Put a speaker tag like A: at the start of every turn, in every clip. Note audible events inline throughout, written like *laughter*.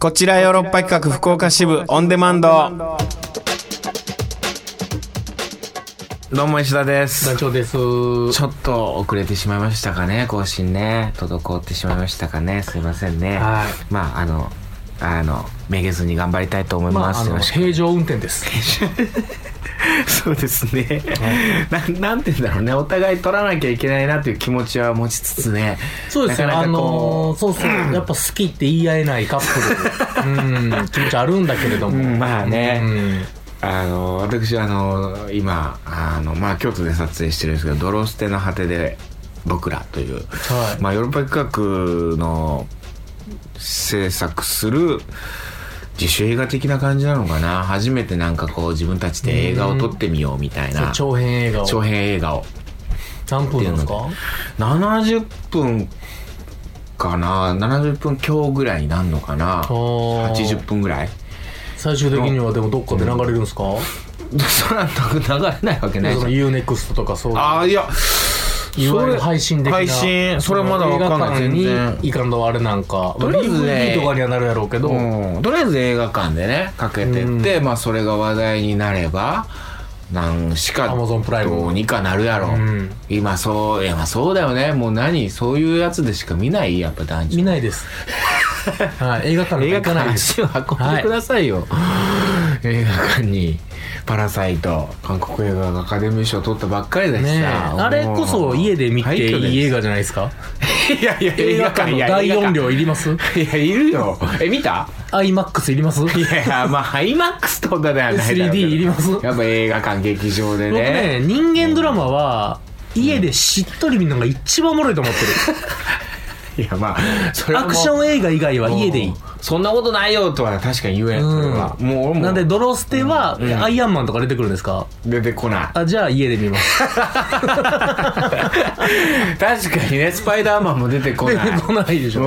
A: こちらヨーロッパ企画福岡支部オンデマンド。どうも石田です
B: 団。長です。
A: ちょっと遅れてしまいましたかね、更新ね。滞ってしまいましたかね。すいませんね。
B: は
A: まあ、あの、あの、めげずに頑張りたいと思い
B: ま
A: ま
B: あ、
A: す。
B: あ
A: よ
B: の
A: ろしく
B: 平常運転です。
A: *laughs* そうですね。なん、なんて言うんだろうね。お互い取らなきゃいけないなという気持ちは持ちつつね。
B: そうですよ。
A: なか
B: あ
A: なかこ
B: のーそうそう。やっぱ好きって言い合えないカップル。うん、気持ちあるんだけれど
A: う、うん、
B: も。
A: まあね。
B: うん
A: あの私あの今あの、まあ、京都で撮影してるんですけど「泥捨ての果てで僕ら」という、
B: はい
A: まあ、ヨーロッパ企画の制作する自主映画的な感じなのかな初めてなんかこう自分たちで映画を撮ってみようみたいな
B: 長編映画を。
A: 長編映画を
B: 何分なんですか
A: 70分かな70分強ぐらいになるのかな
B: ー
A: 80分ぐらい *laughs*
B: 最終的にはでもどっかで流れるんですか
A: そら流れないわけないじゃん
B: ?UNEXT とかそういう。
A: ああいや
B: いわゆる
A: それ
B: 配信的な
A: 配信それまだわかんない
B: 映画館
A: 全然
B: にいかんのあれなんか
A: とりあえずね
B: DVD とかにはなるやろうけど、
A: うんとりあえず映画館でねかけてって、まあそれが話題になれば何しか
B: Amazon プライム
A: どうにかなるやろ、
B: ん
A: 今そういやまあそうだよねもう何そういうやつでしか見ないやっぱ男女
B: 見な
A: *laughs*
B: いです、はい、映画館に
A: 映
B: 行
A: 画
B: か
A: 館
B: ない
A: に
B: で
A: 足
B: す
A: を運んでくださいよ、映画館に「パラサイト」韓国映画がアカデミー賞取ったばっかりだしさ、
B: ねえあれこそ家で見ていい映
A: 画
B: 画じゃないですか
A: いやいや
B: 映画館の大音量いります
A: いやいるよえ見た
B: ?iMAX いります
A: *laughs* いやいや、まあ、ハイマックスってことではないだろうけど
B: 3D いります
A: やっぱ映画館劇場で
B: 僕
A: ね。
B: ね人間ドラマは家でしっとり見るのが一番おもろいと思って
A: いや、まあ、そ
B: るアクショ
A: ン
B: ン映画以外は家でいい。
A: そんなことないよとは確かに言えん、それは。もう俺も
B: なんで泥捨ては
A: ん
B: アイアンマンとか出てくるんですか
A: 出てこない。 *laughs*
B: あじゃあ家で見ます *laughs*
A: 確かにね、スパイダーマンも出てこ
B: 出
A: な
B: て
A: い。
B: こないでしょ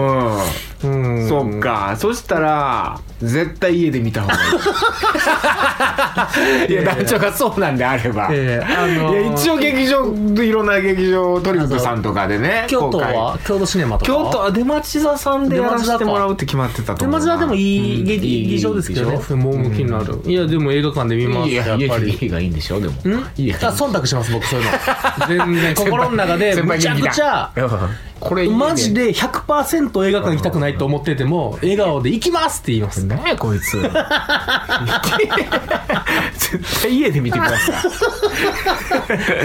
A: う
B: うん
A: ん。そっか。そしたら、絶対家で見た方がい
B: *laughs*
A: い。いや、団長がそうなんであれば。
B: ええあの
A: いや、一応劇場、いろんな劇場、トリュフさんとかでね。
B: 京都
A: 公開
B: は京都シネマとか
A: 京都は出町座さんでやらせてもらうって決まってたと
B: で
A: 思う
B: ま
A: な
B: ずはでもいい劇
A: いい
B: 劇場ですけどね
A: 劇
B: 趣になる、いやでも映画館で見ます
A: いや
B: やっ
A: いや
B: ぱり
A: いいがいいんでしょでも
B: ん
A: いや
B: あ忖度します僕そういうの全然心の中で
A: 先輩
B: むちゃくちゃ
A: 先輩元気だこれいいね
B: マジで100%映画館行きたくないと思ってても笑顔で「行きます!」って言います
A: なんやこい *laughs* つ絶対家で見てください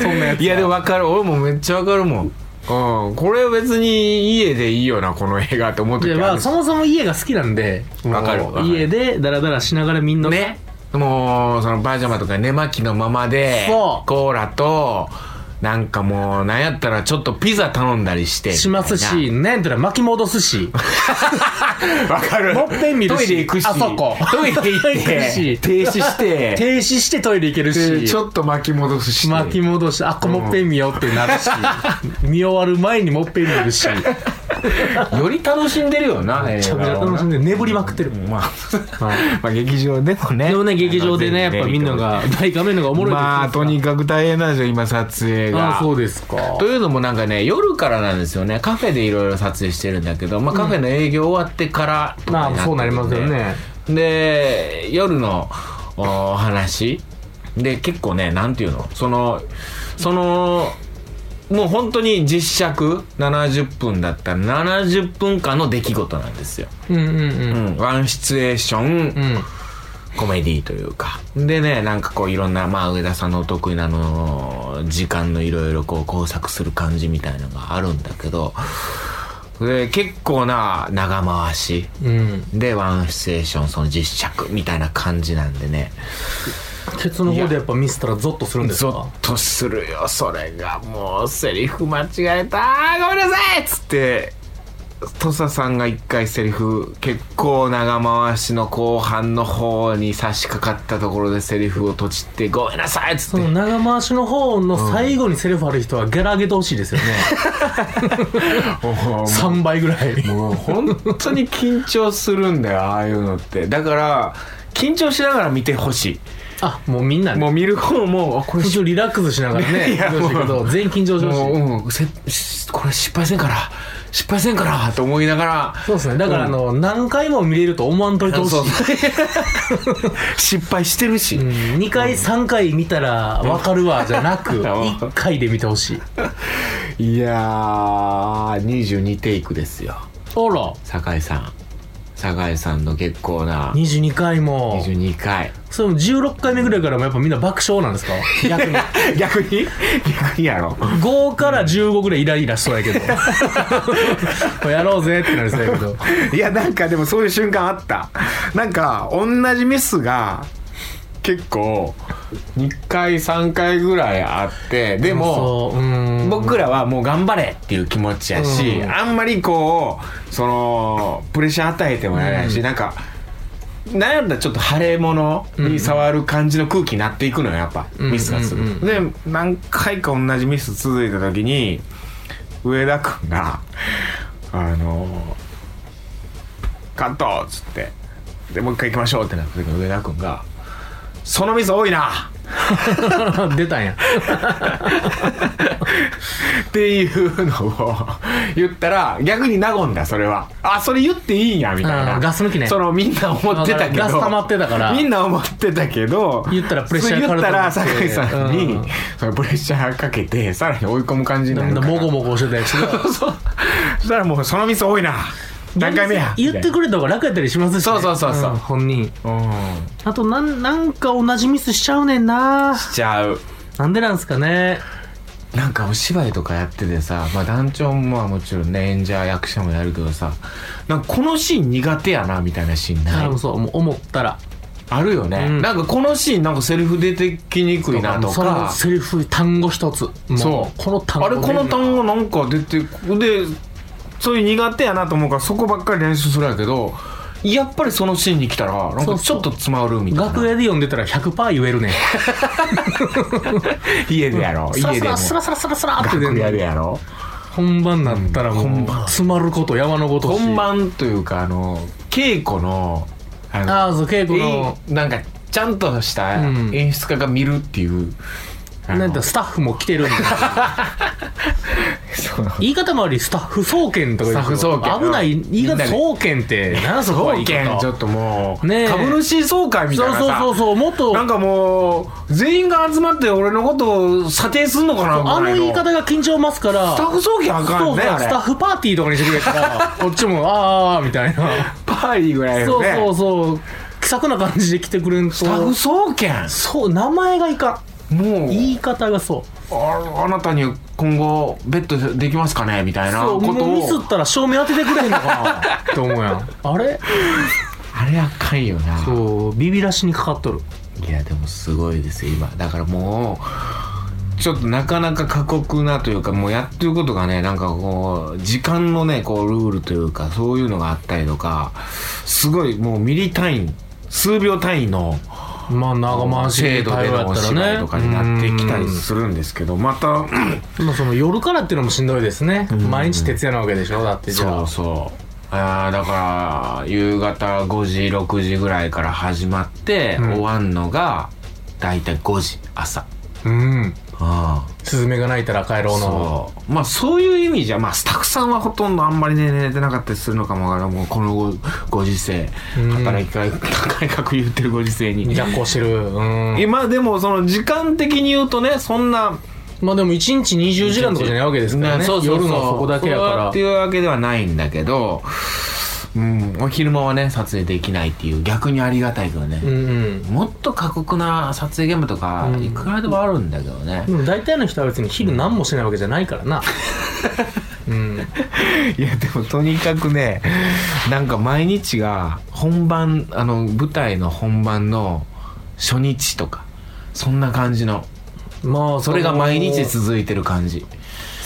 A: そんなやついやでも分かる俺もめっちゃ分かるもんうん、これ別に家でいいよなこの映画って思う時
B: で
A: あ
B: まあ
A: るし
B: そもそも家が好きなんで
A: わかる
B: もう
A: わかる
B: 家でダラダラしながらみんな
A: ねもうそのパジャマとか寝巻きのままで
B: そう
A: コーラとなんかもうなんやったらちょっとピザ頼んだりして
B: しますしなんとら巻き戻すし
A: わかる
B: もっぺん見るし
A: トイレ行くし
B: あそこ
A: トイレ
B: *laughs*
A: 行っ
B: 行く
A: て
B: し
A: 停止して
B: 停止してトイレ行ける
A: で
B: し
A: ちょっと巻き戻すし
B: 巻き戻してあこもっぺん見ようって
A: *laughs*
B: なるし見終わる前にもっぺん見るしめ
A: より楽しんでるよなめ
B: ちゃくちゃ楽しんで眠りまくってる
A: まあ、 *laughs* まあ劇場でもね
B: でもね劇場でねやっぱみんなが大画面のがおもろい
A: まあとにかく大変なんですよ今撮影が
B: あそうですか
A: というのもなんかね夜からなんですよねカフェでいろいろ撮影してるんだけど、まあ、カフェの営業終わってからとかにってて
B: まあそうなりますよね
A: で夜のお話で結構ねなんていうのそのそのもう本当に実尺70分だったら70分間の出来事なんですよ、
B: うんうんうん
A: うん、ワンシチュエーション、
B: うん
A: コメディというか。でね、なんかこういろんな、まあ上田さんのお得意なあの、時間のいろいろこう工作する感じみたいのがあるんだけど、で結構な長回し。
B: うん
A: で、ワンシチュエーション、その実尺みたいな感じなんでね。
B: ケツの方でやっぱ見せたらゾッとするんです
A: ゾ
B: か
A: ッとするよ、それが。もう、セリフ間違えたあーごめんなさいっつって、土佐さんが一回セリフ、結構長回しの後半の方に差し掛かったところでセリフをとちって、ごめんなさいっつ
B: そ
A: って
B: の。長回しの方の最後にセリフある人はギャラ上げてほしいですよね
A: もう
B: 3倍ぐらい
A: もう本当に緊張するんだよ、ああいうのって。だから、緊張しながら見てほし。
B: あもうみんない
A: も
B: ね
A: う見る方も、あこれ
B: 途中リラックスしながらね
A: いや
B: どうしてる
A: も
B: けど全員緊張しまし
A: も
B: て
A: う、うん、せしこれ失敗せんから失敗せんからと思いながら
B: そうですねだからあの、何回も見れると思わんといてほしい
A: そう失敗してるし、
B: うん、2回3回見たら分かるわじゃなく
A: *laughs* ん
B: 1回で見てほしいあら
A: いやー22テイクですよ酒井さん酒井さんの結構な
B: 22回も
A: 22回
B: それも16回目ぐらいからもやっぱみんな爆笑なんですか逆に
A: *laughs* 逆に逆にやろ
B: 5から15ぐらいイライラしそうやけどもう *laughs* やろうぜってなりそうや
A: *laughs*
B: けど
A: いやなんかでもそういう瞬間あったなんか同じミスが結構2回3回ぐらいあってでも
B: そううん
A: 僕らはもう頑張れっていう気持ちやし、
B: うん
A: あんまりこうそのプレッシャー与えてもらえないし、なんかなんやったらちょっと腫れ物に触る感じの空気になっていくのよやっぱ、
B: ん
A: ミスがする、
B: うんうん
A: で何回か同じミス続いた時に上田君が「あのカット!」っつってでもう一回行きましょうってなった時に上田君が「そのミス多いな!」
B: 出たんや
A: っていうのを言ったら逆に納言だそれはあそれ言っていいんやみたい
B: あ
A: な
B: ーガス抜きね
A: そのみんな思ってたけど
B: ガス溜まってたから
A: みんな思ってたけど
B: 言ったらプレッシャーかかると思って
A: そう言ったら酒井さんに、
B: うん
A: そのプレッシャーかけてさらに追い込む感じにな
B: みん
A: る
B: な
A: から
B: もごもごしてたやつが
A: そうそしたらもうそのミス多いな何回目や
B: 言って
A: る
B: くれた方が楽やったりしますし、ね、
A: そうそうそうそうん
B: 本人
A: うん
B: あとなんなんか同じミスしちゃうねんな
A: しちゃう
B: なんでなんすかね
A: なんかお芝居とかやっててさ、まあ、団長もまあもちろんね演者役者もやるけどさなんかこのシーン苦手やなみたいなシーンない
B: あもうそうもう思ったら
A: あるよね、
B: うん
A: なんかこのシーンなんかセリフ出てきにくいなと
B: その
A: か
B: セリフ単語一つもう
A: そう
B: この単語
A: あれこの単語なんか出てでそういう苦手やなと思うからそこばっかり練習するんやけどやっぱりそのシーンに来たらなん
B: そ
A: か
B: う
A: ち
B: そう
A: ょっと詰まるみたいな
B: 楽屋で読んでたら100%言えるね
A: 家でやろ、
B: スラ
A: 家
B: ス
A: でも
B: ラスラスラスラスラって出
A: 楽
B: ん
A: 屋で
B: ねん
A: やろ
B: 本番になったらもう
A: 本番
B: 詰まること山のごとし
A: 本番というかあの稽古のあの
B: ああそう稽古の
A: えいなんかちゃんとした
B: うん
A: 演出家が見るっていう、あの
B: なんだスタッフも来てるんだ
A: *laughs* そう
B: 言い方もありスタッフ総研とか言うけど
A: スタッフ総研
B: 危ない言
A: み
B: い
A: んな
B: 方
A: で
B: 総研って何そこ
A: 総
B: 言い
A: 研
B: 方
A: ちょっともう、
B: ねえ
A: 株主総会みたいなさ
B: そうそうそうそうもっと
A: なんかもう全員が集まって俺のことを査定すんのかな
B: あの言い
A: ぐら
B: 方が緊張ますから
A: スタッフ総研あか
B: そ
A: ん
B: う
A: ね
B: か
A: あ
B: ス
A: れ
B: タッフパーティーとかにしてくれ
A: *laughs*
B: たらこっちもあーあーみたいな
A: パーリーぐらい
B: そ
A: の
B: う
A: ね
B: そうそう気さくな感じで来てくれんと
A: スタッフ総研
B: そう名前がいか
A: も
B: ん
A: う
B: 言い方がそう
A: ああなたに今後ベッドできますかねみたいな
B: そう
A: こと
B: もうミス
A: を
B: ったら照明当ててくれへんのか
A: *laughs*
B: なって思うやんあれ
A: あれあかんよな
B: そうビビらしにかかっとる
A: いやでもすごいですよ今だからもうちょっとなかなか過酷なというかもうやってることがねなんかこう時間のねこうルールというかそういうのがあったりとかすごいもうミリ単位数秒単位の
B: まあ長回し
A: 精度で
B: 対応や
A: のお芝居とかになってきたりするんですけどまた
B: うんまあその夜からっていうのもしんどいですね毎日徹夜なわけでしょだってじゃ
A: そ
B: あ
A: うそうあーだから夕方5時6時ぐらいから始まって、
B: うん
A: 終わんのがだいたい5時朝
B: うん
A: ああ
B: スズメが鳴いたら帰ろうの
A: そうまあそういう意味じゃ、まあ、スタッフさんはほとんどあんまりね寝れてなかったりするのかもわからんもうこのごご時世
B: うん
A: 働き方改革言ってるご時世に
B: 逆行してるうん
A: 今でもその時間的に言うとねそんな
B: まあでも1日20時間とかじゃないわけですからね。
A: そうそうそう
B: 夜のそこだけや
A: そう
B: か
A: っていうわけではないんだけどうんお昼間はね撮影できないっていう逆にありがたいけどね
B: ら。う、んうん。
A: もっと過酷な撮影現場とか
B: うん
A: いくらでもあるんだけどね、
B: でも大体の人は別に昼何もしてないわけじゃないか
A: *laughs*
B: らな。うん。
A: いやでもとにかくねなんか毎日が本番あの舞台の本番の初日とかそんな感じの
B: まあ
A: それが毎日
B: 撮
A: 続いてる感じ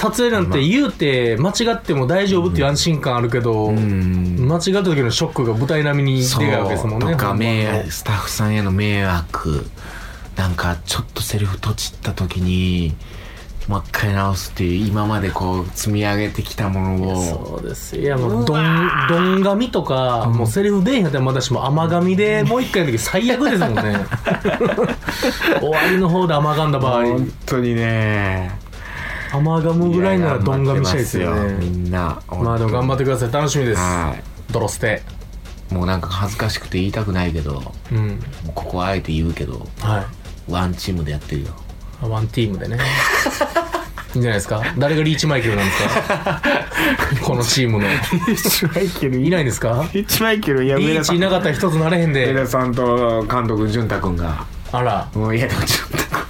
B: 影なんて言うて間違っても大丈夫っていう安心感あるけど、
A: うん
B: 間違った時のショックが舞台並みに
A: そう
B: 出るわけですもんね。
A: とか
B: 本番
A: 迷
B: の
A: 惑スタッフさんへの迷惑なんかちょっとセリフとちった時にもう一回直すっていう今までこう積み上げてきたものを
B: そうですよいやもう
A: う
B: どん
A: わ
B: どん髪とか、もうセリフ出えへんやったらまだしも甘髪でもう一回の時最悪ですもんね
A: *laughs*
B: 終わりの方で甘噛んだ場合
A: 本当にね
B: アマガムぐらいならどんがみしたいです
A: いや
B: よ
A: 頑張ってますよみ
B: ね
A: んな
B: まあでも頑張ってください楽しみです
A: は
B: ドロステ
A: いもうなんか恥ずかしくて言いたくないけども
B: うん
A: うここはあえて言うけど
B: はい
A: ワンチームでやってるよ
B: あワンチームでねいいんじゃないですか誰がリーチマイケルなんですかこのチームの
A: リーチマイケル
B: いないんですか
A: リーチマイケルいや
B: リーチいなかったら一つなれへん
A: 上
B: で
A: 田さんと監督潤太君が
B: あら
A: もういやでも潤太君が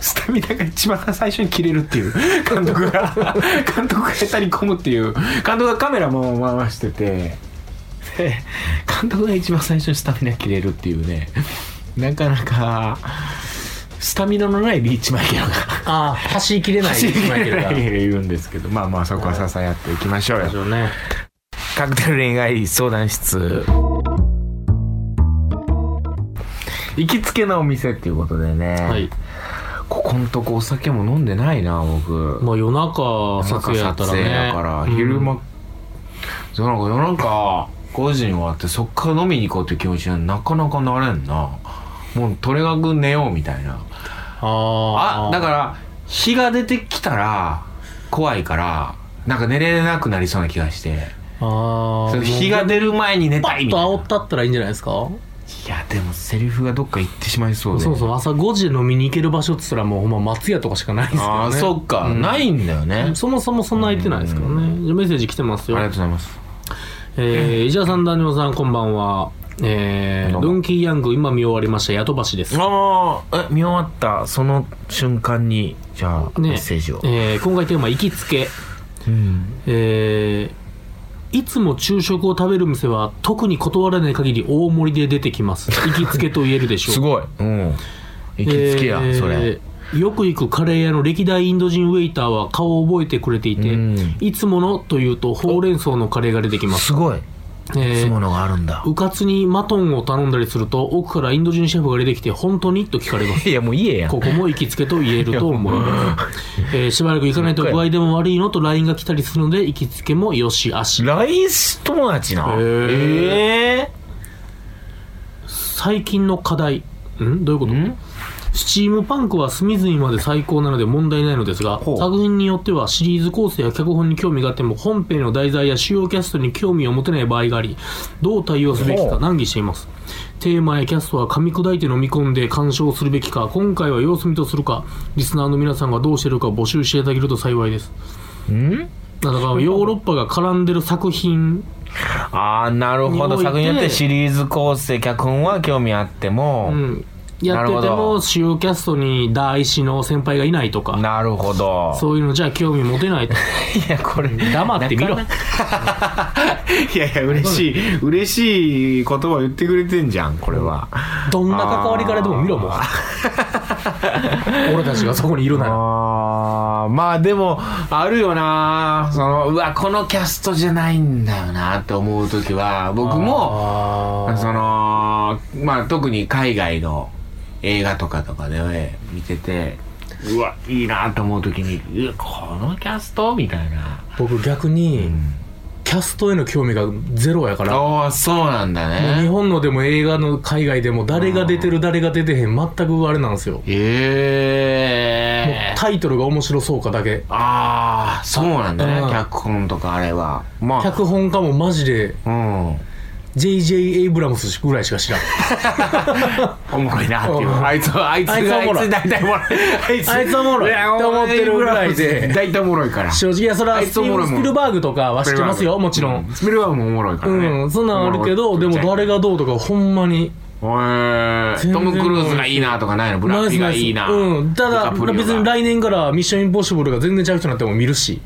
A: スタミナが一番最初に切れるっていう監督が監督が下手に込むっていう監督がカメラも回しててで監督が一番最初にスタミナ切れるっていうねなかなかスタミナのないリーチマイケルが
B: ああ走りきれないリーチマイケルが
A: いるんですけどまあまあそこは支え合っていきましょうよ
B: そうね
A: カクテル恋愛相談室行きつけのお店っていうことでね、
B: はい
A: ここのとこお酒も飲んでないな僕
B: まあ夜中撮影やったらね
A: 夜中撮影やから、
B: うん
A: 昼間そうなんか夜中5時に終わってそっから飲みに行こうって気持ちになかなかなれんなもうとにかく寝ようみたいな
B: あ
A: あ
B: あ
A: だから日が出てきたら怖いからなんか寝れなくなりそうな気がして
B: あ
A: そ
B: あ
A: の日が出る前に寝
B: パ
A: たい
B: ッ
A: み
B: と
A: たいな
B: 煽ったったらいいんじゃないですか
A: いやでもセリフがどっか行ってしまいそうで
B: そうそう朝5時で飲みに行ける場所っつったらもうほんま松屋とかしかないですけどね
A: ああそっか、
B: うん
A: ないんだよね、
B: そもそもそんな空いてないですからねじゃあメッセージ来てますよ
A: ありがとうございます *laughs*
B: えー、石田さん、ダニオさん、こんばんは。え
A: ど
B: ー、
A: うも
B: ドンキーヤング、今見終わりました、ヤトバシです。
A: ああえ見終わったその瞬間にじゃあ、メッセージを、
B: えー今回テーマ、行きつけ。
A: うん、
B: えー、いつも昼食を食べる店は、特に断らない限り大盛りで出て
A: *laughs*
B: きます。行きつけと言えるでしょう。
A: すごいうん行きつけや、
B: えー
A: それ
B: よく行くカレー屋の歴代インド人ウェイターは顔を覚えてくれていて、
A: うん
B: いつものというとほうれん草のカレーが出てきます。
A: すごい
B: え
A: つ
B: ー
A: ものがあるんだ、
B: うかつにマトンを頼んだりすると奥からインド人シェフが出てきて本当にと聞かれます
A: いやもう家やん
B: ここも行きつけと言えると思
A: *laughs*
B: います、えーしばらく行かないと具合でも悪いのと LINE が来たりするので行きつけもよしあし
A: LINE 友達な
B: へー
A: え
B: 最近の課題んどういうこと
A: ん
B: スチームパンクは隅々まで最高なので問題ないのですが
A: ほう
B: 作品によってはシリーズ構成や脚本に興味があっても本編の題材や主要キャストに興味を持てない場合がありどう対応すべき
A: ほ
B: か
A: う
B: 難儀していますテーマやキャストは噛み砕いて飲み込んで鑑賞するべきか今回は様子見とするかリスナーの皆さんがどうしてるか募集していただけると幸いです
A: うん
B: だからヨーロッパが絡んでる作品
A: ああなるほ
B: におい
A: ど
B: て
A: 作品によってシリーズ構成脚本は興味あっても、
B: うんやって
A: な
B: て
A: るほ
B: も
A: ど
B: 主要キャストに大師の先輩がいないとか
A: なるほど
B: そういうのじゃ興味持てないと
A: いやこれ
B: 黙ってみろ
A: なかなかいやいや嬉しい嬉しい言葉言ってくれてんじゃんこれは
B: どんな関わりからでも見ろもう *laughs* 俺たちがそこにいるなら
A: あーまあでもあるよなそのうわこのキャストじゃないんだよなって思う時は僕も
B: あー
A: そのまあ特に海外の映画とかとかで見ててうわいいなと思う時にうわこのキャストみたいな、
B: 僕逆に、キャストへの興味がゼロやからも
A: ああそうなんだ
B: う日
A: ね
B: 本のでも映画の海外でも誰が出てる誰が出てへん全くあれなんですよ、
A: へ
B: もう
A: え
B: タイトルが面白そうかだけ
A: ああそうなんだね、
B: うん
A: 脚本とかあれはまあ
B: 脚本家もマジで
A: うん
B: JJ エイブラムスぐらいし
A: *laughs*
B: か知らん
A: おもろいなっていううんあいつはあいつ
B: あ
A: あ
B: い
A: い
B: つ
A: つ
B: おもろい
A: 大体おもろいあい
B: あいつおもろい
A: や
B: って思ってるぐらいで
A: 大体おもろいから
B: 正直いやそれは
A: あい
B: ス
A: つ
B: テ
A: お
B: ィー
A: も
B: ブ
A: ろい
B: ン・
A: もん
B: スピルバーグとかは知ってますよもちろん
A: スピルバーグもおもろいからね
B: うんそんなんあるけどでも誰がどうとかほんまに
A: へートム・クルーズがいいなとかないのブラッピーがいいな
B: うんただ
A: ディカプリオが
B: 別に来年から「ミッションインポッシブル」が全然ちゃう人になっても見るし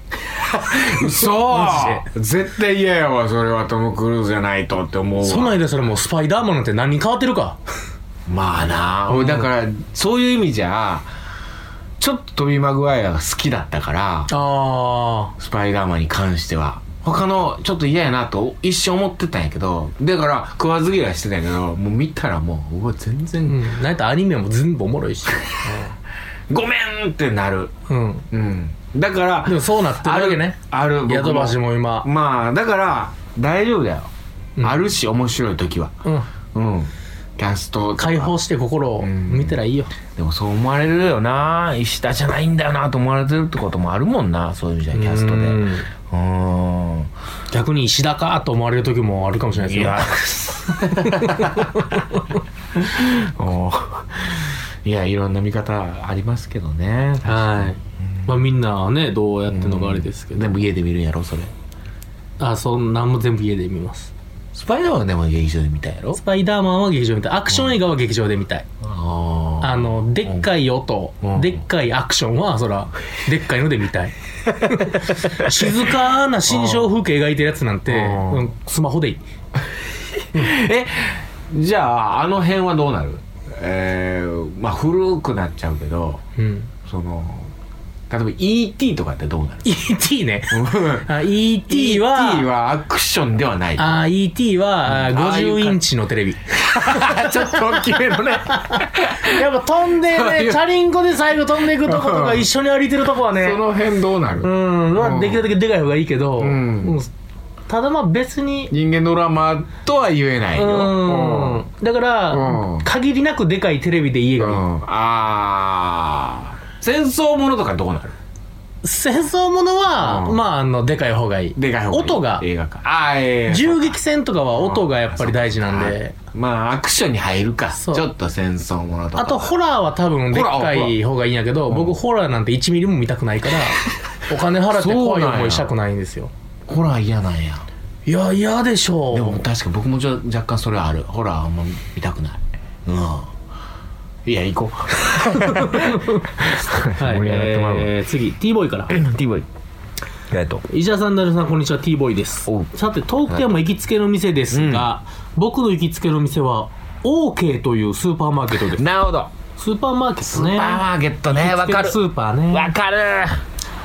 B: マ
A: そう絶対嫌やわそれはトム・クルーズじゃないとって思うわ
B: そんないでそれもうスパイダーマンなんて何人変わってるか
A: まあな俺だからそういう意味じゃちょっとトビー・マグワイアが好きだったから
B: あ
A: スパイダーマンに関しては他のちょっと嫌やなと一瞬思ってたんやけどだから食わず嫌いしてたんやけどもう見たらもううわ全
B: う
A: 然
B: んなんやったらアニメも全部おもろいし
A: ごめんってなる
B: うん
A: うんだから
B: でもそうなってるわけね
A: あるある
B: ヤ
A: 僕
B: ド
A: も
B: バシも今
A: まあだから大丈夫だよ、
B: うん
A: あるし面白い時は
B: うん
A: うんキャストとか
B: 解放して心を見たらいいよ。
A: でもそう思われるよな石田じゃないんだよなと思われてるってこともあるもんなそういう意味じゃキャストで
B: う
A: うん
B: ん逆に石田かと思われる時もあるかもしれな
A: い
B: いです
A: *laughs*
B: よ
A: やおーいやいろんな見方ありますけどね
B: はいまあみんなはねどうやってんのかあれですけど、
A: 全部家で見るんやろそれ
B: あそうなんも全部家で見ます
A: スパイダーマンでも劇場で見たやろ
B: スパイダーマンは劇場で見たいアクション映画は劇場で見たい、
A: あー
B: あのでっかい音、
A: うん
B: でっかいアクションはそらでっかいので見たい *laughs* 静かな新章風景描いてるやつなんて、
A: うん
B: うんスマホでいい
A: えじゃああの辺はどうなるえー、まあ古くなっちゃうけど
B: うん
A: その例えば ET とかってどうなる
B: ET ね *laughs* あ ET は
A: ET はアクションではない
B: あ ET はあ
A: うんああいう感
B: 50
A: じ
B: インチのテレ
A: *laughs*
B: ビ
A: ちょっと大きめのね
B: やっぱ飛んで
A: そういう
B: ねチャリンコで最後飛んでいくとことか一緒に歩いてるとこはね
A: その辺どうなる、
B: うんまあできるだけでかい方がいいけど、
A: うん
B: うんただまあ別に
A: 人間ドラマとは言えないよ
B: う
A: うん
B: んだから、
A: うん
B: 限りなくでかいテレビで家がい
A: う
B: い、
A: んあー戦争ものとかどうなる
B: 戦争ものは、
A: うん
B: まああのでかい方がいい
A: でかい方がいい
B: 音が
A: 映画かああええ
B: 銃撃戦とかは音がやっぱり大事なんで、
A: まあアクションに入るかち
B: そ
A: ょ
B: う
A: っと戦争ものとか
B: あとホラーは多分でっかい方がいいんやけど僕ホラーなんて1ミリも見たくな
A: *laughs*
B: いからお金払って怖い思いしたくないんですよ
A: ホラー嫌なんや
B: いや嫌でしょう
A: でも確か僕もちょ若干それはあるホラーあんま見たくないうんいや *laughs* 行こう
B: はい、
A: 盛り上がってまうわ、
B: えー次 T ボーイから
A: ー、T ボーイえっと
B: 石田さん、なるさん、こんにちは、T ボーイです
A: おう。
B: さて、トークテーマ行きつけの店ですが、僕の行きつけの店は、OK というスーパーマーケットです。
A: なるほど
B: スーパーマーケットね。
A: パワーマーケットねわかる
B: スーパーね。
A: わかる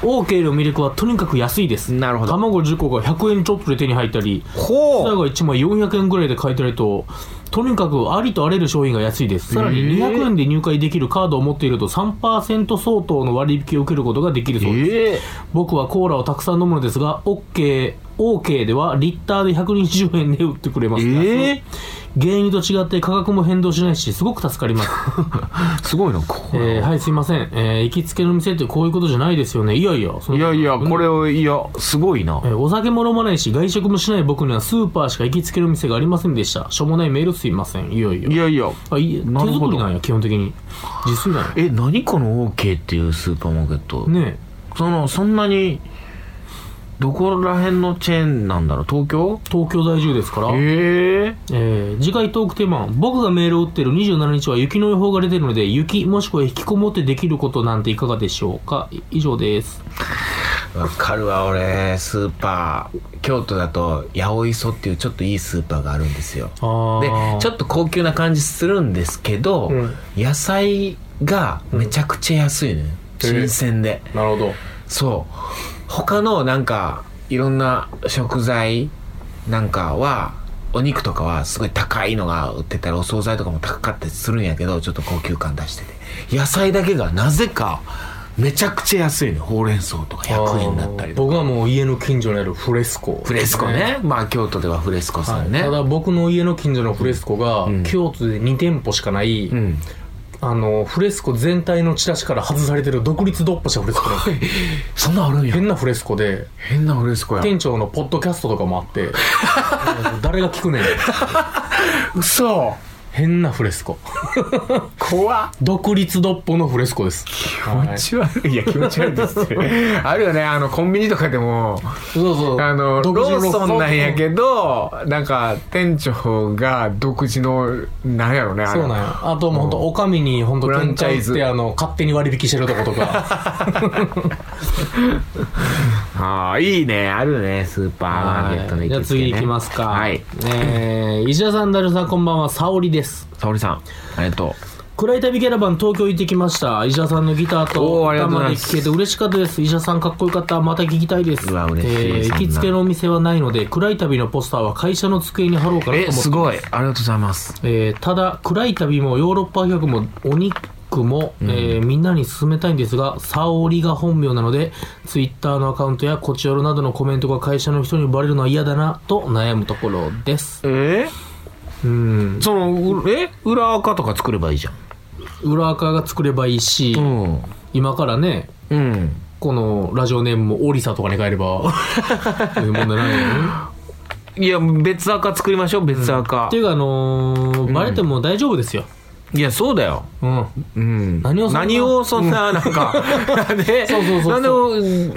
B: OK の魅力はとにかく安いです。
A: なるほど
B: 卵10個が100円ちょっとで手に入ったり、
A: ほ
B: ツアーが1枚400円ぐらいで買えたりと、とにかくありとあらゆる商品が安いです。さらに
A: えー
B: 200円で入会できるカードを持っていると3%相当の割引を受けることができるそうです。
A: ええ
B: 僕はコーラをたくさん飲むのですが OK, OK ではリッターで120円で売ってくれますが、
A: え
B: 原油と違って価格も変動しないしすごく助かり
A: *laughs*
B: ます、
A: すごいなここ、
B: えーはいすいません、えー行きつけの店ってこういうことじゃないですよねいやいやその
A: いやいやこれをいやすごいな
B: えーお酒も飲まないし外食もしない僕にはスーパーしか行きつけの店がありませんでしたしょうもないメールすいませんいやいや
A: いやいや
B: あいい手
A: なるほ
B: 作
A: ど
B: りなんや基本的に自炊なんや
A: え何この OK っていうスーパーマーケット、
B: ねえ
A: そのそんなにどこら辺のチェーンなんだろう東京
B: 東京在住ですから
A: ええ
B: えー次回トークテーマは僕がメールを打ってる27日は雪の予報が出てるので雪もしくは引きこもってできることなんていかがでしょうかい以上です
A: わかるわ俺スーパー京都だと八百磯っていうちょっといいスーパーがあるんですよ
B: あ
A: でちょ
B: っ
A: っと高級な感じするんですけど、
B: うん
A: 野菜がめちゃくちゃ安いのよ、
B: うん
A: 新鮮で、
B: となるほど
A: そう他のなんかいろんな食材なんかはお肉とかはすごい高いのが売ってたりお惣菜とかも高かったりするんやけどちょっと高級感出してて野菜だけがなぜかめちゃくちゃ安いのほうれん草とか100円だったりとか
B: 僕はもう家の近所にあるフレスコ
A: フレスコねまあ京都ではフレスコさ
B: はい
A: んね、
B: ただ僕の家の近所のフレスコが、
A: うん
B: 京都で2店舗しかない、
A: うん
B: あのフレスコ全体のチラシから外されてる独立独歩したフレスコなんですよ
A: そんなんあるんや
B: 変なフレスコで
A: 変なフレスコや
B: 店長のポッドキャストとかもあって *laughs* もう誰が聞くねん
A: 嘘
B: 変なフレスコ
A: 怖っ
B: 独立独歩のフレスコです気
A: 気持ち悪いいや気持ち悪いですって *laughs* あるよねあのコンビニとかでも
B: そうそう
A: あのロ
B: 独自
A: ーソンなんや
B: ロ
A: けどなんか店長が独自のなんやろねあ
B: ーソ
A: れ
B: ンそうなんやあともうほんとおかみにほんと
A: フランチャイズ
B: 喧嘩売ってあの勝手に割引してるとことか
A: ああいいねあるねスーパーマーケットの
B: じゃあ次行きますすか
A: はい
B: えー石田さんだるさんこんばんは沙織です
A: 沙織さんありがと
B: 暗い旅キャラバン東京行ってきました石田さんのギター
A: お
B: と
A: ーありがとうござい
B: で
A: ます
B: 聴けて嬉しかったです石田さんかっこよかったまた聞きたいです
A: うわ嬉しい
B: えー
A: そんな
B: 行きつけのお店はないので暗い旅のポスターは会社の机に貼ろうか
A: う
B: なと思って
A: えすごいありがとうございます
B: えーただ暗い旅もヨーロッパ客もお肉も、えーみんなに勧めたいんですが沙織が本名なのでツイッターのアカウントやこちよろなどのコメントが会社の人にバレるのは嫌だなと悩むところです
A: え
B: うん。
A: そのうえ裏垢とか作ればいいじゃん
B: 裏垢が作ればいいし、
A: うん
B: 今からね、
A: うん
B: このラジオネームもオリサとかに変え
A: *laughs*
B: れば、そういう問題ないよね。
A: いや別垢作りましょう別垢
B: って、いうか、あのーバレても大丈夫ですよ。
A: いやそうだよ
B: うん。
A: うん、
B: 何をそんな
A: 何をそんな、なん
B: *laughs*
A: か、なんで、
B: そうそうそうそう
A: なんで、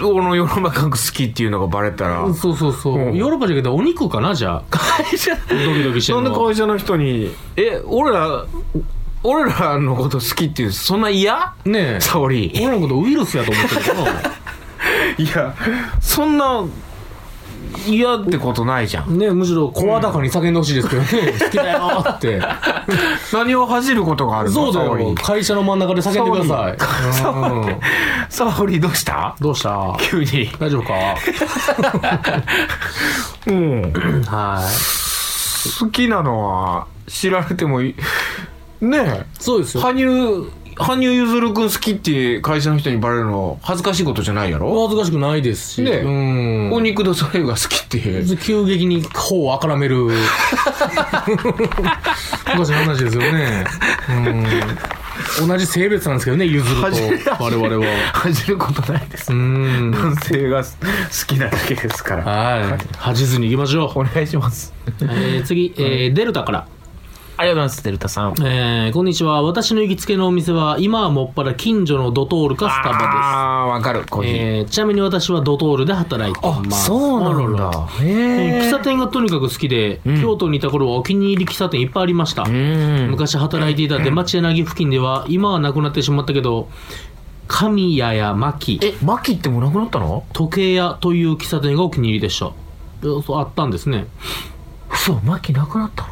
A: おこの世の中が好きっていうのがバレたら、
B: そうそうそう。
A: うん
B: ヨーロッパじゃけど、お肉かな、じゃあ。
A: 会
B: *laughs*
A: 社、
B: ドキドキして
A: な
B: る
A: んで
B: の
A: 会社の人に、え、俺ら、俺らのこと好きっていう、そんな嫌
B: ねえ。
A: 沙織。い
B: 俺のことウイルスやと思ってるか
A: や、そんな、嫌ってことないじゃん。
B: な。ねえむしろ声高に叫んでほしいですけどね。好きだよーって。
A: 何を恥じることがあるの
B: そうだ
A: 沙
B: よ
A: 織。。
B: 会社の真ん中で叫んでください。うん
A: 沙織どうした
B: どうした
A: 急に。
B: 大丈夫か
A: うん。
B: は
A: 好きなのは、知られてもい *laughs* い。ねえ。
B: い。そうですよ。
A: 羽生羽生結弦君好きって会社の人にバレるの恥ずかしいことじゃないやろ、
B: お恥ずかしくないですし。
A: ねえ
B: うん。
A: お肉とソレイユが好きっていう
B: 急激に頬をあからめる。おかしな話ですよね。うん。同じ性別なんですけどね、ゆずると
A: 恥じ
B: 我々は。
A: 恥じることないです *laughs*
B: うん。
A: 男性が好きなだけですから
B: はい。恥じずに行きましょう。
A: お願いします
B: えー次、えーデルタから。
A: ありがとうございますデルタさん
B: えーこんにちは。私の行きつけのお店は、今はもっぱら近所のドトールかスタバ
A: あーわかるコー
B: で
A: ヒ
B: す。
A: ー、
B: えーちなみに私はドトールで働いてい
A: あ、
B: ます。
A: そうなん
B: あらら
A: だへ
B: えー
A: え
B: 喫茶店がとにかく好きで、
A: ん
B: 京都にいた頃はお気に入り喫茶店いっぱいありました。
A: うん
B: 昔働いていた出町柳付近では今はなくなってしまったけど神谷や牧
A: えマキってもうなくなったの
B: 時計屋という喫茶店がお気に入りでしたえそうあったんですね
A: 嘘マキなくなったの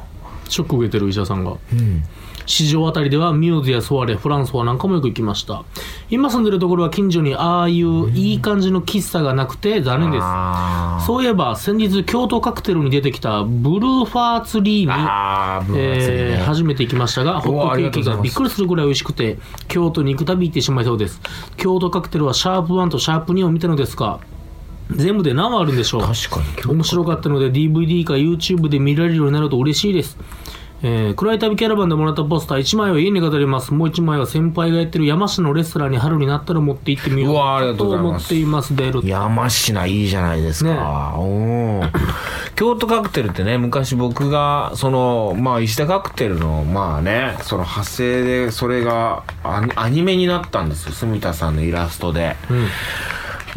B: ショック受けてる医者さんが
A: うん
B: 市場あたりではミューズやソワレフランソワなんかもよく行きました今住んでるところは近所にああいういい感じの喫茶がなくて残念です
A: あー
B: そういえば先日京都カクテルに出てきたブルーファーツリーに
A: あー分厚いね
B: えー初めて行きましたが、
A: う
B: ホッ
A: わ
B: ト
A: あ
B: ケ
A: りが
B: ー
A: と
B: キ
A: うござい
B: が
A: ます
B: びっくりするぐらい美味しくて、京都に行くたび行ってしまいそうです。京都カクテルはシャープ1とシャープ2を見たのですが、全部で何話あるんでしょう
A: 確かに
B: 面白かったので DVD か YouTube で見られるようになると嬉しいです。えー、暗い旅キャラバンでもらったポスター1枚は家に飾ります。もう1枚は先輩がやってる山下のレストランに春になったら持って行ってみよ
A: うわあり
B: う
A: がとうご
B: と
A: ざい
B: 思
A: ま
B: っ
A: す
B: ています、デルタ。
A: 山科いいじゃないですか、おー京都カクテルってね昔僕がそのまあ石田カクテルのまあねその派生でそれがアニアニメになったんですよ住田さんのイラストで、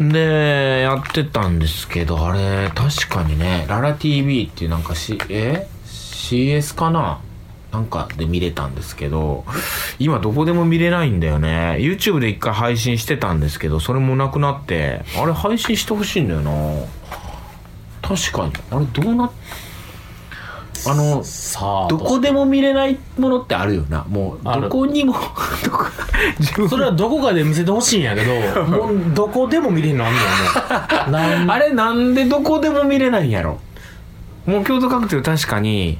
A: でやってたんですけどあれ確かにねララ TV っていうなんか、C、え CS かななんかで見れたんですけど今どこでも見れないんだよね YouTube で一回配信してたんですけどそれもなくなってあれ配信してほしいんだよな確かにあれどうなっあの
B: さあ、
A: どこでも見れないものってあるよなもう
B: ある
A: どこに
B: *laughs*
A: もどこ自分
B: それはどこかで見せてほしいんやけど、 *laughs* もうどこでも見れるのあんのよ、もう。
A: あれなんでどこでも見れないんやろもう京都カクテル確かに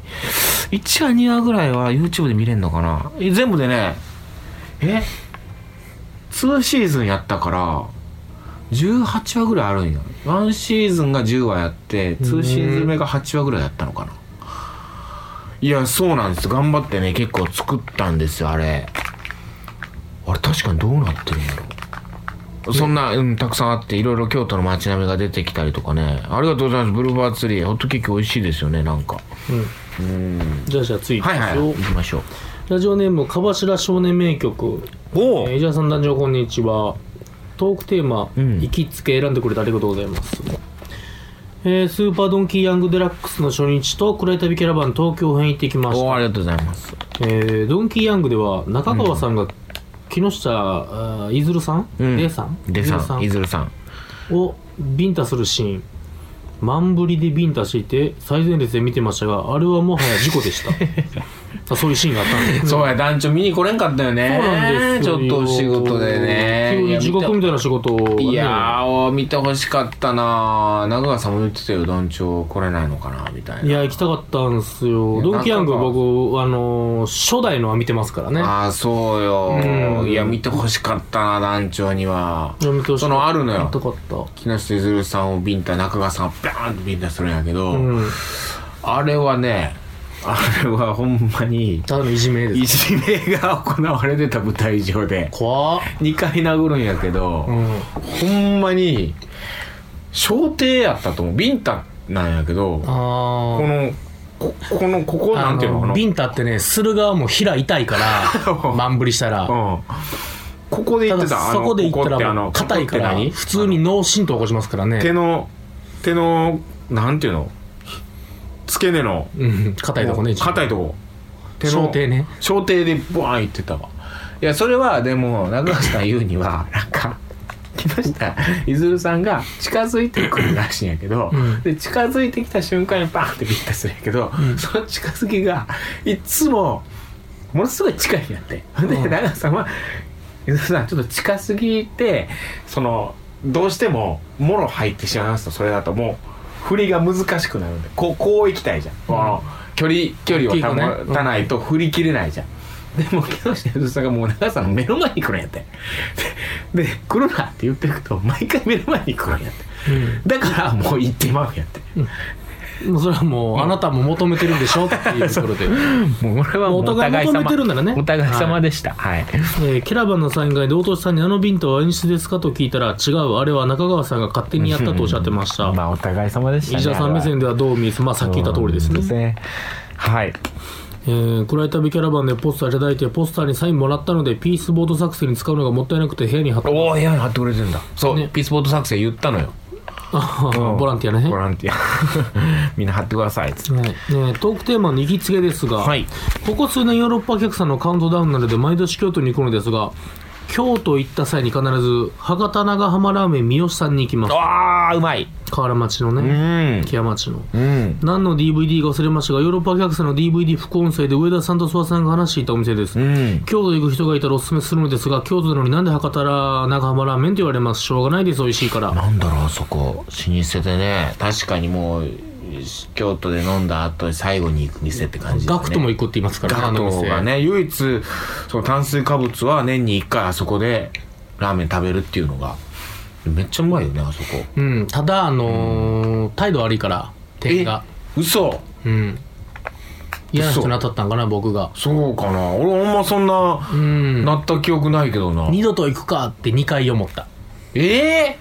A: 1話2話ぐらいは YouTube で見れんのかなえ全部でねえ2シーズンやったから18話ぐらいあるんや1シーズンが10話やって2シーズン目が8話ぐらいやったのかないやそうなんです頑張ってね結構作ったんですよあれあれ確かにどうなってるんだろうそんな、うん、たくさんあっていろいろ京都の街並みが出てきたりとかねありがとうございますブルーバーツリーホットケーキ美味しいですよねなんか
B: じゃあじゃあ次いき
A: はい
B: ま
A: は
B: す
A: い
B: よ、
A: 行きましょう
B: ラジオネーム「かばしら少年名曲」
A: お
B: えー、伊沢さん男女こんにちはトークテーマ「
A: ん
B: 行きつけ」選んでくれてありがとうございます、えースーパードンキーヤングデラックスの初日と暗い旅キャラバン東京編行ってきました
A: おありがとうございます
B: えードンキーヤングでは中川さんが木下あーいずるさん、
A: うん
B: レイさん
A: で
B: いずる
A: さんいずるさん
B: をビンタするシーン万ぶりでビンタしていて最前列で見てましたがあれはもはや事故でした
A: *laughs*
B: あそういうシーンがあったんで
A: そうや団長見に来れんかったよね
B: そうなんですよ
A: ちょっとお仕事でね
B: 急
A: いや
B: に地獄みたいな仕事を、ね、
A: いやー、見てほしかったな長川さんも言ってたよ、団長来れないのかな、みたい
B: い
A: な。
B: や行きたかったんですよ
A: や
B: ドンキヤング
A: なんか
B: 僕あのー初代のは見てますからね
A: ああ、そうよ、
B: うん
A: いや、見てほしかったな、団長には。
B: いや見てほしい
A: そのあるの
B: 行
A: よ
B: きた。かった
A: 木下ゆずるさんをビンタ、中川さんをバーンとビンタするんやけど、
B: うん
A: あれはね、あれはほんまに
B: ただのいじめで
A: い
B: す
A: じめが行われてた舞台上で
B: 怖っ
A: 2回殴るんやけど、
B: うん
A: ほんまに小艇やったと思うビンタなんやけどこ
B: あー
A: のここのここなんていうのか
B: あ
A: な
B: ビンタってねする側も平痛いか
A: *laughs*
B: ら万ぶりしたら
A: うんここで言
B: た
A: って
B: だ
A: たあ
B: そ
A: の
B: こで言った
A: ここって
B: ら
A: あ
B: も
A: の
B: う硬いか
A: こ
B: ら
A: こって何
B: 普通に脳震盪起こしますから
A: 手
B: ね
A: の手のなんていうの付け根の
B: うん硬いとこね
A: 硬いとこ手
B: 小手ね
A: 小手でボワンいってたわいやそれはでも中橋さん言うには *laughs* なんか木下いずるさんが近づいてくるらしいんやけど、
B: うん
A: で近づいてきた瞬間にバーンってビッタするんやけど、
B: ん
A: その近づきがいつもものすごい近いんやってほんで
B: うん
A: 中橋さんは伊豆さんちょっと近すぎてそのどうしてももろ入ってしまいますとそれだともう振りが難しくなるんでこうこう行きたいじゃん、この距離距離を保たないと振り切れないじゃん、でも木下ゆずさんがもう長さんの目の前に来るんやって *laughs* でで来るなって言ってると毎回目の前に来るんやってだからもう行ってまうんやって
B: もうそれはもうあなたも求めてるんでしょっていうと
A: *laughs*
B: ころで、
A: もうこれはもう
B: お互い求めてるんだね
A: お互い様でしたはい、
B: えーキャラバンのサイン会で大俊さんにあのビンタは演出ですかと聞いたら違うあれは中川さんが勝手にやったとおっしゃってました
A: まあお互い様でしたね
B: 石田さん目線ではどう見えますまあさっき言った通りですね
A: ねはい
B: えー、暗い旅キャラバンでポスターいただいてポスターにサインもらったのでピースボード作戦に使うのがもったいなくて部屋に貼った
A: おお部屋に貼ってくれてるんだそう、
B: ね
A: ピースボート作戦言ったのようん
B: ボランティアね
A: ボランティア *laughs* みんな貼ってくださいっつって
B: はいえートークテーマの行きつけですが、
A: はい
B: ここ数年ヨーロッパ客さんのカウントダウンなどで毎年京都に行くのですが京都行った際に必ず博多長浜ラーメン三好さんに行きます
A: あーうまい
B: 河原町の
A: う
B: ね
A: ん
B: 木屋町の
A: うん
B: 何の DVD か忘れましたがヨーロッパ客さんの DVD 副音声で上田さんと諏訪さんが話していたお店です、
A: うん
B: 京都行く人がいたらおすすめするのですが京都なのになんで博多ら長浜ラーメンと言われますしょうがないです美味しいから
A: なんだろうあそこ老舗でね確かにもう京都で飲んだ後に最後に行く店って感じだね
B: ガクトも行くって言いますから
A: ガクト
B: あ
A: が
B: の店
A: ね唯一その炭水化物は年に1回あそこでラーメン食べるっていうのがめっちゃうまいよねあそこ
B: うんただあのー態度悪いから店員が
A: 嘘
B: うん嫌な人に当たったんかな僕が
A: そうかな俺ほんまそんな
B: うん
A: なった記憶ないけどな
B: 二度と行くかって2回思った
A: ええ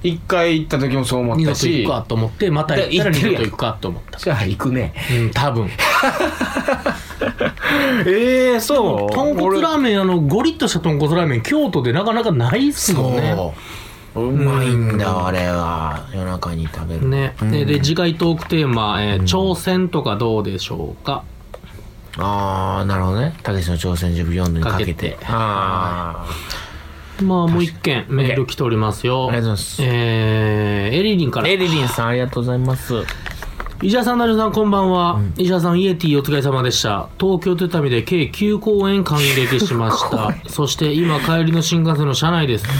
A: 一回行った時もそう思っ
B: 二度
A: た
B: と行
A: し
B: くかと思ってまた行ったら
A: 行っ
B: 二
A: てるや
B: 度
A: ん
B: と行くかと思った
A: じゃあ行くね
B: うん多分
A: ええそう
B: 豚骨ラーメンあのゴリッとした豚骨ラーメン京都でなかなかないっすもんね
A: そううまいんだあれは夜中に食べる
B: ね、でで次回トークテーマ、えー挑戦とかどうでしょうか
A: ああなるほどねたけしの挑戦10秒4度にかけて
B: かけて
A: ああ
B: まあもう一件メール来ておりますよ
A: ありがとうございます
B: えー、エリリンから
A: エリリンさんありがとうございます
B: 石田さん、成田さん、こんばんは。石田さん、イエティお疲れ様でした。東京手旅で計9公演感激しま *laughs* した。そして今、帰りの新幹線の車内です。え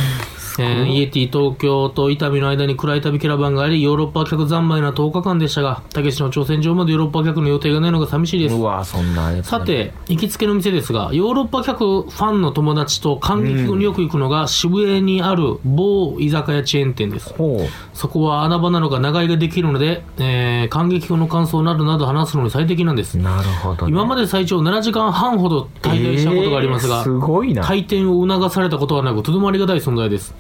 B: ーイエティ東京と伊丹の間に暗い旅キャラバンがあり、ヨーロッパ客三昧な10日間でしたが、たけしの挑戦状までヨーロッパ客の予定がないのが寂しいです
A: う。わそんなあれ
B: さて、行きつけの店ですが、ヨーロッパ客ファンの友達と観劇後によく行くのが、渋谷にある某居酒屋チェーン店です。
A: ほ
B: そこは穴場なのか長居ができるので、えー、感激後の感想などなど話すのに最適なんです
A: う。なるほどね
B: 今まで最長7時間半ほど滞在したことがあります
A: え
B: が、
A: ーすごいな
B: 回転を促されたことはなく、とてもありがたい存在です。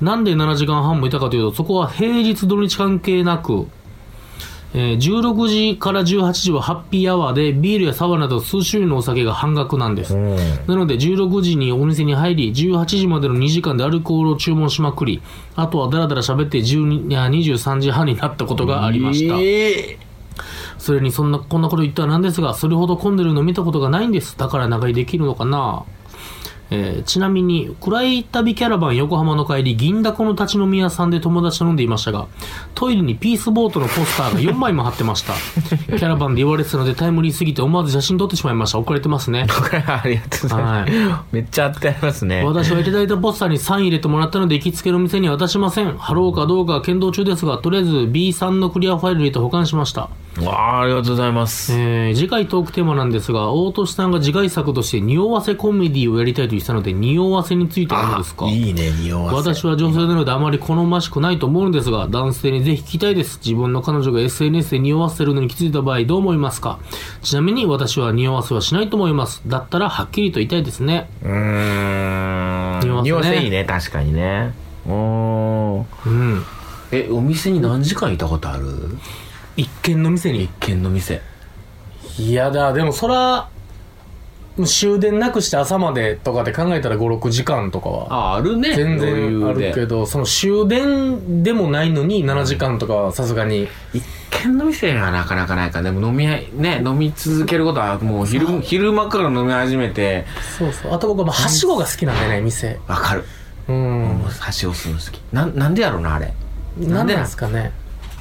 B: なんで7時間半もいたかというと、そこは平日土日関係なく、えー16時から18時はハッピーアワーで、ビールやサワーなど数種類のお酒が半額なんです。
A: うん
B: なので16時にお店に入り、18時までの2時間でアルコールを注文しまくり、あとはだらだら喋って12いや23時半になったことがありました。
A: え
B: それにそんな、こんなこと言ったらなんですが、それほど混んでるの見たことがないんです。だから長居できるのかなえーちなみに、暗い旅キャラバン横浜の帰り、銀だこの立ち飲み屋さんで友達と飲んでいましたが、トイレにピースボートのポスターが4枚も貼ってました。キャラバンで言われてたのでタイムリーすぎて思わず写真撮ってしまいました。遅れてますね。
A: ーこれありがとうございます、めっちゃあってありますね
B: 私はいただいたポスターにサイン入れてもらったので行きつけの店には渡しません貼ろうかどうかは検討中ですがとりあえず B さんのクリアファイルに入れて保管しました
A: わあありがとうございます
B: えー次回トークテーマなんですが大俊さんが次回作として匂わせコメディをやりたいと言ってたので匂わせについてはどうですか
A: いいね匂わせ
B: 私は女性なのであまり好ましくないと思うんですが男性にぜひ聞きたいです自分の彼女が SNS で匂わせてるのに気づいた場合どう思いますかちなみに私は匂わせはしないと思いますだったらはっきりと言いたいですね
A: うーん
B: 匂わせ
A: 匂
B: ね
A: わせいいね確かにねうーん
B: うん
A: えお店に何時間いたことある
B: 一見の店に
A: 一軒の店
B: いやだでもそら終電なくして朝までとかで考えたら56時間とかは
A: ああるね
B: 全然あ
A: 余裕で
B: るけどその終電でもないのに7時間とかはさすがに
A: 一軒の店はなかなかないからでも飲み合いね飲み続けることはもう昼昼間から飲み始めて
B: そうそうあと僕はまあはしごが好きなんでね店
A: わかる
B: うん
A: もう箸をするの好きなんなんでやろうなあれ
B: 何なんですかね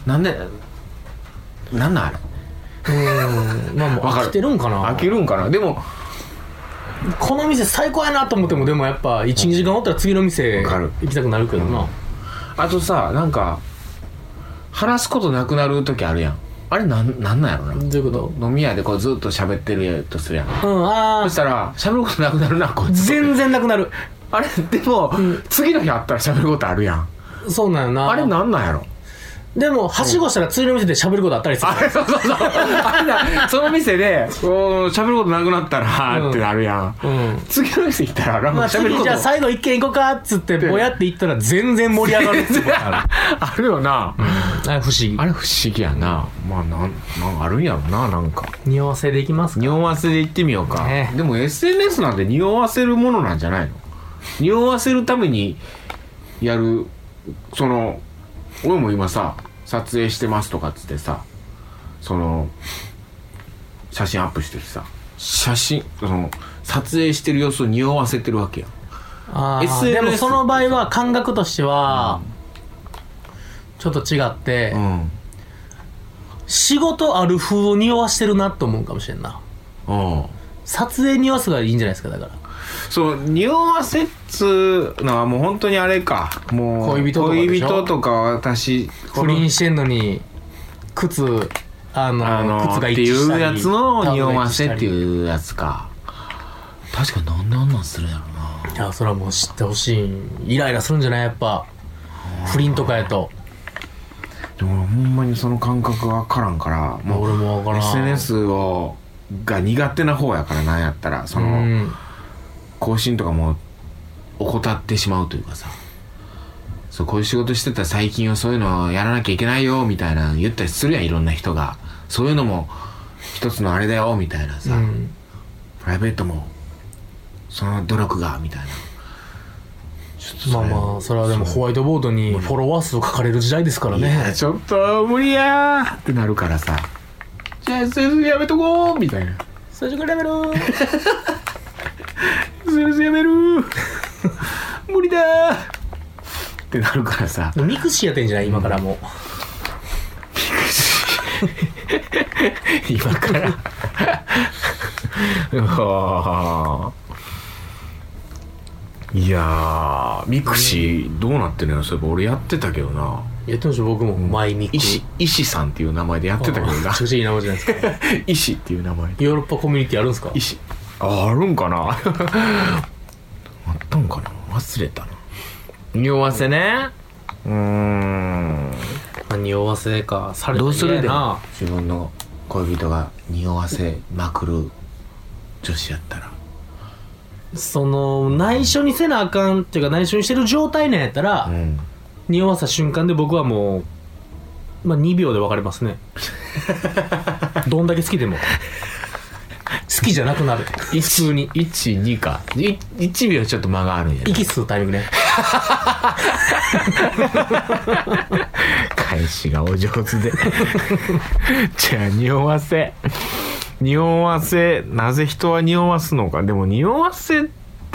A: なんでなんなんあれ
B: うんまあもう
A: わか
B: 飽
A: る
B: きてるんかな
A: 飽きるんかなでも
B: この店最高やなと思ってもでもやっぱ12時間おったら次の店
A: わかる
B: 行きたくなるけどな
A: あとさなんか話すことなくなる時あるやんあれなんなんなんやろな
B: どういうこ
A: 飲み屋でこうずっと喋ってるとするやん
B: とうんあ
A: そ
B: あ
A: したら喋ることなくなるなこいつ
B: 全然なくなる
A: あれでも、
B: ん
A: 次の日あったら喋ることあるやん
B: そうなんよな
A: あれなんなんやろ
B: でもはしごしたら次の店で喋ることあったりする
A: あれ *laughs* そうそうそうあれだその店でおー喋ることなくなった
B: うん
A: らってなるやん、
B: うん
A: 次の店行ったらなんか
B: まあ、
A: 喋るこ
B: 次
A: と
B: じゃあ最後一軒行こうかっつってぼやって行ったら全然盛り上がるってことある
A: あるよな、
B: あ不思議
A: *laughs* あれ不思議やなまあなんなんあるんやろななんか
B: 匂わせできますか
A: 匂わせで行ってみようか、
B: ね
A: でも SNS なんて匂わせるものなんじゃないの匂わせるためにやるその俺も今さ撮影してますとかっつってさその写真アップしててさ写真その撮影してる様子を匂わせてるわけやん
B: あー
A: SNS
B: でもその場合は感覚としてはちょっと違って、
A: うん
B: 仕事ある風を匂わしてるなと思うかもしれんな
A: うん
B: 撮影匂わすがいいんじゃないですかだから
A: そう匂わせっつうのはもう本当にあれかもう
B: 恋人とかでしょ
A: 恋人とか私
B: 不倫してんのに靴あの
A: あの
B: 靴が
A: って
B: 一致
A: い
B: し
A: う
B: たり
A: やつの匂わせって
B: う
A: いうやつか確かになんであんなんするんやろうない
B: やそれはもう知ってほしいイライラするんじゃないやっぱ不倫とかやと
A: でも俺ほんまにその感覚わからんからもう
B: 俺もわからん
A: SNS をが苦手な方やからなんやったらそうの
B: ん
A: 更新とかも怠ってしまうというかさそうこういう仕事してたら最近はそういうのをやらなきゃいけないよみたいなの言ったりするやんいろんな人がそういうのも一つのあれだよみたいなさ、
B: うん
A: プライベートもその努力がみたいなちょっと
B: まあ
A: れ
B: まあそれはでもホワイトボードにフォロワー数書かれる時代ですから
A: いや
B: ね
A: ちょっと無理やーってなるからさじゃあ先生やめとこうみたいな
B: 最初からやめろ
A: 先生やめる
B: *laughs*
A: ー無理だーってなるからさ
B: ミクシーやってんじゃない今からも
A: *laughs* 今からあーいやーミクシーどうなってるのよそういえば俺やってたけどな
B: うやってました僕もマイミク
A: 石石さんっていう名前でやってたけど
B: あーめち
A: な
B: ゃくちゃいい名前じゃないですか
A: *laughs* 石っていう名前
B: ヨーロッパコミュニティあるんですか
A: 石ああるんかな *laughs* あったんかな忘れたな匂わせねうーん
B: 匂わせかされ
A: どうするで
B: な
A: 自分の恋人が匂わせまくる女子やったら
B: その内緒にせなあかんっていうか内緒にしてる状態なんやったら、
A: うん
B: 匂わせた瞬間で僕はもう、まあ、2秒で別れます
A: *laughs*
B: ねどんだけ好きでも好きじゃなくなる普通に
A: 12かい1秒ちょっと間があるんやね
B: 息吸うタイミングね
A: 返しがお上手で *laughs* じゃあ匂わせ匂わせなぜ人は匂わすのかでも匂わせっ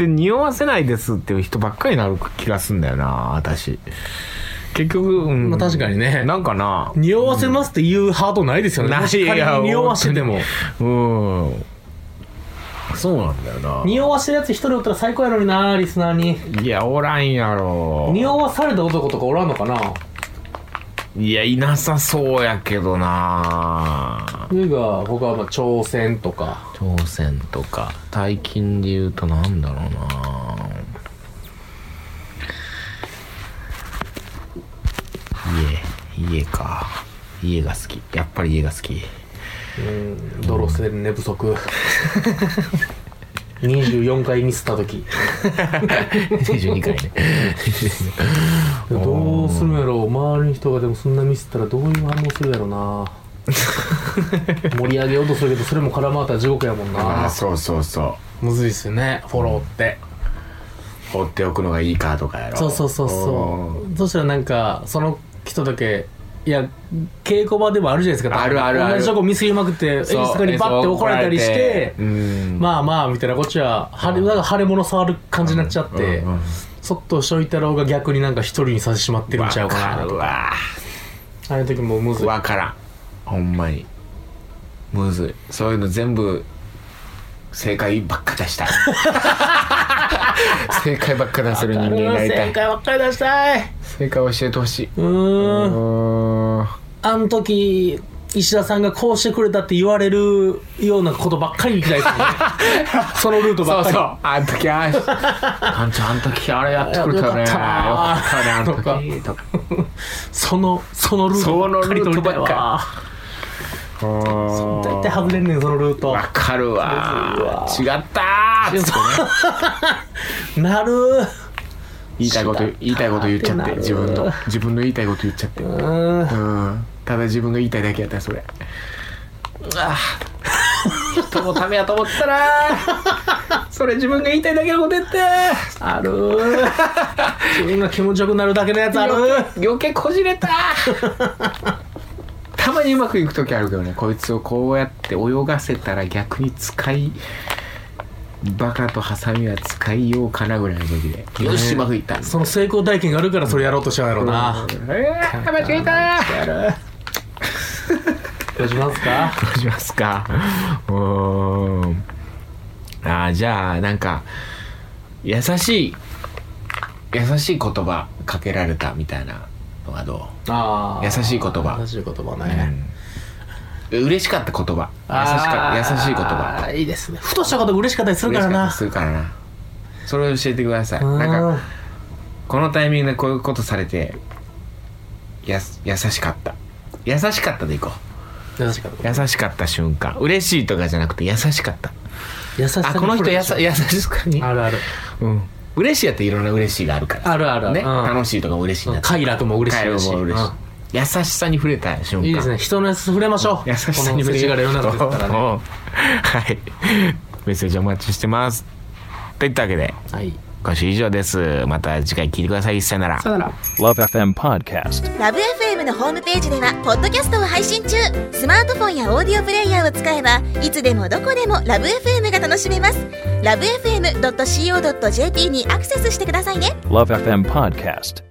A: て匂わせないですっていう人ばっかりになる気がすんだよな私結局、うん
B: まあ確かにね
A: なんかな
B: 匂わせますっていうハードないですよね。
A: ない
B: もし仮に匂わしてても。
A: うんそうなんだよな
B: 匂わしてるやつ一人おったら最高やのにな、リスナーに。
A: いやおらんやろ
B: 匂わされた男とかおらんのかな
C: いやいなさそうやけどな
B: でが他はまあ朝鮮とか
C: 朝鮮とか大金で言うとなんだろうな家家か家が好きやっぱり家が好
A: *laughs*
C: き
B: うん泥船寝不足24回ミスった *laughs* 時
C: 22回ね
B: どうするんやろう周りの人がでもそんなミスったらどういう反応するやろう *laughs* な盛り上げようとするけどそれも絡まったら地獄やもん
A: ああ
B: な
A: そうそうそう
B: むずいっすよねフォローって
A: 放っておくのがいいかとかやろ
B: そうそうそうそうそしたらなんかその人だけいや稽古場でもあるじゃないですか
A: あるあるある
B: 同じとこミスりまくってエリスとかにバッて怒られたりして
A: うん
B: まあまあみたいなこっちは腫れなんか腫れ物触る感じになっちゃって、
A: うんうん
B: そっとしょいたろうが逆になんか一人にさせてしまってるんちゃうかな
A: わ
B: と
A: る
B: か
A: わ
B: ああいう時もむずい
A: わからんほんまにむずいそういうの全部正解ばっか出した *laughs* い正解ばっか出せる人間になりたい
B: 正解ばっかり出したい
A: 正解を教えてほしいう
B: ーん
A: うーん
B: あの時石田さんがこうしてくれたって言われるようなことばっかり行きたいですね
A: *laughs*
B: そのルートば
A: そう
B: っかり
A: そうあん時ああ団長あん時あれやってくれたねよ
B: よかったな
A: かったねあん
B: とか
A: 時とか
B: そのそのルートばっかり取りたいわ
A: うーん
B: 絶対外れんねんそのルート
A: わかるわ
B: むず
A: 違ったーって
B: なる
A: 言いたいこと言いたいこと言っちゃ
B: 違った
A: っ
B: って
A: て
B: なる
A: 自分の自分の言いたいこと言っちゃって
B: うーん
A: うんただ自分が言いたいだけやったよそれああ人のためやと思ったら *laughs* それ自分が言いたいだけのこと言って
B: ある自分が気持ちよくなるだけのやつある
A: 余計こじれたたまにうまくいく時あるけどねこいつをこうやって泳がせたら逆に使いバカとハサミは使いようかなぐらいの時でよしうまくいった
B: その成功体験があるからそれやろうとしちゃうやろうな
A: えー、間違えた
B: どうしますか
C: どうします
A: *laughs*
C: かうーんあーじゃあなんか
A: 優しい優しい言葉かけられたみたいなのがど
B: あ
A: 優しい言葉
B: 優しい言葉
A: う、
B: ね、
A: うん嬉しかった言葉優しか優しい言
B: あ
A: 葉
B: ーいいですねふとしたことが嬉しかったりする
A: 嬉
B: か
A: し
B: ら
A: かった
B: な
A: するからなそれを教えてください
B: うん
A: なんかこのタイミングでこういうことされてやす優しかった優しかったでいこう
B: 優しかった
A: 優しかった瞬間嬉しいとかじゃなくて優しかった
B: 優しさ
A: あこの人優
B: や
A: し優しかに
B: あるある
A: うん嬉しいやっていろんな嬉しいがあるから
B: あるある
A: ね、
B: うん
A: 楽しいとかも嬉しいんだ
B: 快楽も嬉しい
A: 帰る
B: し
A: も嬉しい、
B: うん
A: 優しさに触れた瞬間
B: いいですね人のやつ触れましょう
A: 優しさに触
B: この
A: れ
B: 筋がれるなことですから
A: *laughs*
B: ね
A: うんはいメッセージお待ちしてますといったわけで
B: はい
A: 今週以上ですまた次回聞いてくださいさよなら
D: Love FM Podcast.
E: ラブ f m のホームページではポッドキャストを配信中スマートフォンやオーディオプレイヤーを使えばいつでもどこでもラブ f m が楽しめますラブ FM.co.jp にアクセスしてくださいね
D: Love FM Podcast.